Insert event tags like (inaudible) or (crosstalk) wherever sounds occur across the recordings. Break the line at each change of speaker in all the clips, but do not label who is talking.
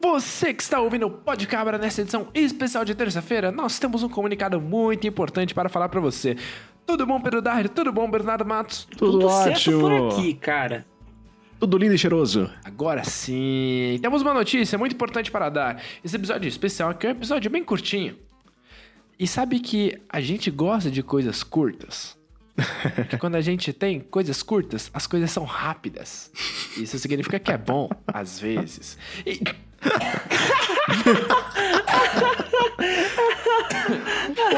Você que está ouvindo o Podcabra nessa edição especial de terça-feira, nós temos um comunicado muito importante para falar para você. Tudo bom, Pedro Dario? Tudo bom, Bernardo Matos?
Tudo,
certo por
ótimo.
aqui, cara.
Tudo lindo e cheiroso.
Agora sim, temos uma notícia muito importante para dar. Esse episódio especial aqui é um episódio bem curtinho. E sabe que a gente gosta de coisas curtas. Porque quando a gente tem coisas curtas, as coisas são rápidas. Isso significa que é bom, às vezes. E-
Ah,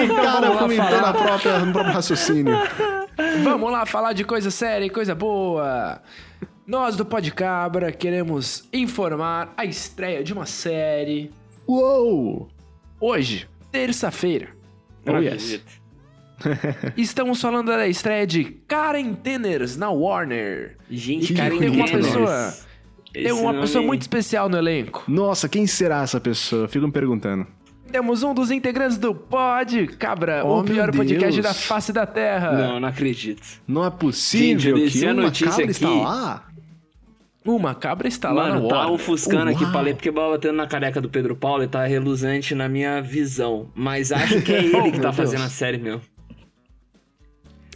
então
O cara
vamos lá
comentando
falar.
a própria, no próprio
(laughs)
raciocínio.
Vamos lá falar de coisa séria e coisa boa. Nós do Podcabra queremos informar a estreia de uma série
Uou!
hoje,
(laughs)
terça-feira.
Eu não
Oh, yes.
acredito.
Estamos falando da estreia de Karen Tenners na Warner.
Gente,
Que
cara,
tem uma
entendo.
pessoa-
Esse
Tem uma
nome-
pessoa muito especial no elenco.
Nossa, quem será essa pessoa? Fico me perguntando.
Temos um dos integrantes do Pod Cabra,
Oh,
o
meu
pior podcast
Deus.
da face da Terra.
Não, não acredito.
Não é possível
Gente, eu desci
que
a
uma
notícia
cabra está
aqui.
lá?
Uma cabra está lá na
Mano, tá
Warner.
ofuscando aqui,
Uau.
falei porque tava batendo na careca do Pedro Paulo e tá reluzante na minha visão. Mas acho
(laughs)
que é ele que
Oh, meu
tá
Deus.
fazendo a série,
(laughs)
meu.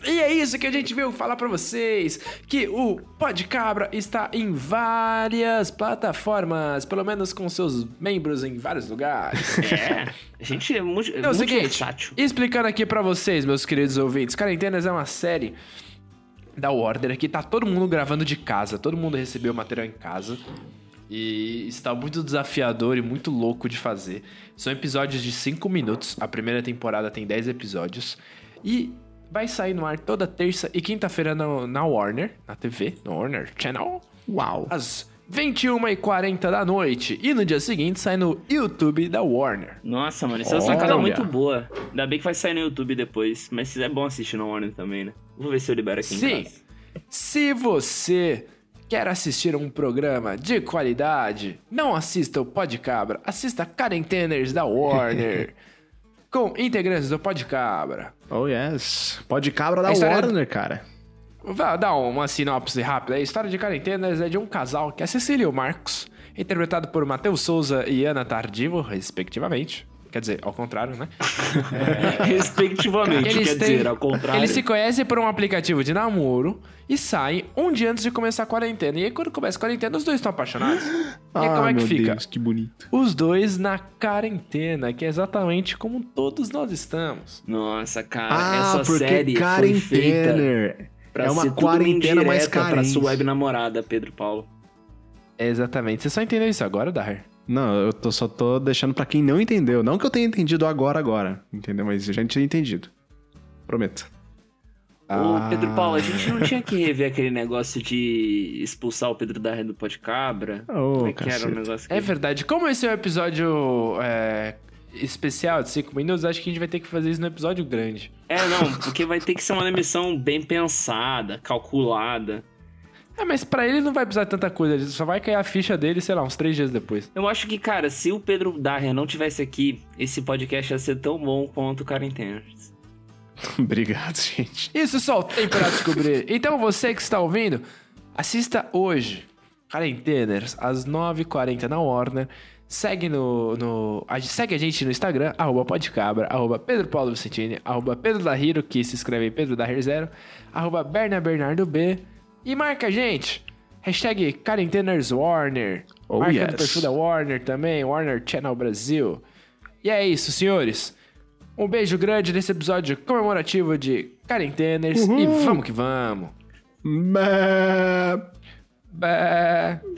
E é isso que a gente veio falar pra vocês, que o Podcabra está em várias plataformas, pelo menos com seus membros em vários lugares.
É. A gente é muito, é
É o
muito
seguinte,
versátil.
explicando aqui pra vocês, meus queridos ouvintes, Quarentenas é uma série da Warner que tá todo mundo gravando de casa, todo mundo recebeu o material em casa. E está muito desafiador e muito louco de fazer. São episódios de 5 minutos, a primeira temporada tem 10 episódios. E vai sair no ar toda terça e quinta-feira no- na Warner, na TV, no Warner Channel
Uau!
às 21h40 da noite. E no dia seguinte sai no YouTube da Warner.
Nossa, mano, isso é uma
Olha.
sacada muito boa. Ainda bem que vai sair no YouTube depois, mas é bom assistir no Warner também, né? Vou ver se eu libero aqui
Sim.
em casa.
Se você quer assistir um programa de qualidade, não assista o Podcabra, assista Quarenteners da Warner. com integrantes do Podcabra.
Oh, yes. Pode cabra da
A história-
Warner, cara.
Vá dar uma sinopse rápida. A história de Quarenteners é de um casal que é Cecília e o Marcos, interpretado por Matheus Souza e Ana Tardivo, respectivamente. Quer dizer, ao contrário, né?
É, (laughs) Respectivamente,
Eles
quer
têm-
dizer, ao contrário.
Eles se conhecem por um aplicativo de namoro e saem um dia antes de começar a quarentena. E aí, quando começa a quarentena, os dois estão apaixonados. E aí,
ah,
como é que
meu
fica?
Deus, que bonito.
Os dois na quarentena, que é exatamente como todos nós estamos.
Nossa, cara,
Ah,
essa
porque
série foi
Karen
feita
Tanner.
pra
é uma
ser tudo
quarentena mais
indireta pra
carente.
sua web namorada, Pedro Paulo.
É Exatamente. Você só entendeu isso agora, Dar?
Não, eu tô- só tô deixando pra quem não entendeu. Não que eu tenha entendido agora, agora. Entendeu? Mas eu já tinha entendido. Prometo.
Ah.
Ô, Pedro Paulo, a gente não tinha que rever aquele negócio de expulsar o Pedro da do Podcabra?
Ô,
Como é que era o
caceta.
negócio que...
É verdade. Como esse é um episódio é, especial de 5 minutos, acho que a gente vai ter que fazer isso no episódio grande.
É, não, porque vai ter que ser uma demissão bem pensada, calculada.
É, mas pra ele não vai precisar de tanta coisa. Ele só vai cair a ficha dele, sei lá, uns 3 dias depois.
Eu acho que, cara, se o Pedro Darren não tivesse aqui, esse podcast ia ser tão bom quanto o Quarentenas.
(laughs) Obrigado, gente.
Isso só tem pra
(laughs)
descobrir. Então você que está ouvindo, assista hoje, Quarenteners, às 9h40 na Warner. Segue, no, no- a, segue a gente no Instagram, arroba podcabra, arroba Pedro Paulo Vicentini, arroba Pedro da Hiro, que se escreve em Pedro da Hiro Zero, arroba Berna Bernardo B. E marca a gente, hashtag Quarenteners Warner.
Oh,
marca
yes.
no perfil da Warner também, Warner Channel Brasil. E é isso, senhores. Um beijo grande nesse episódio comemorativo de Quarenteners e vamos que vamos.
Bah.
Bé.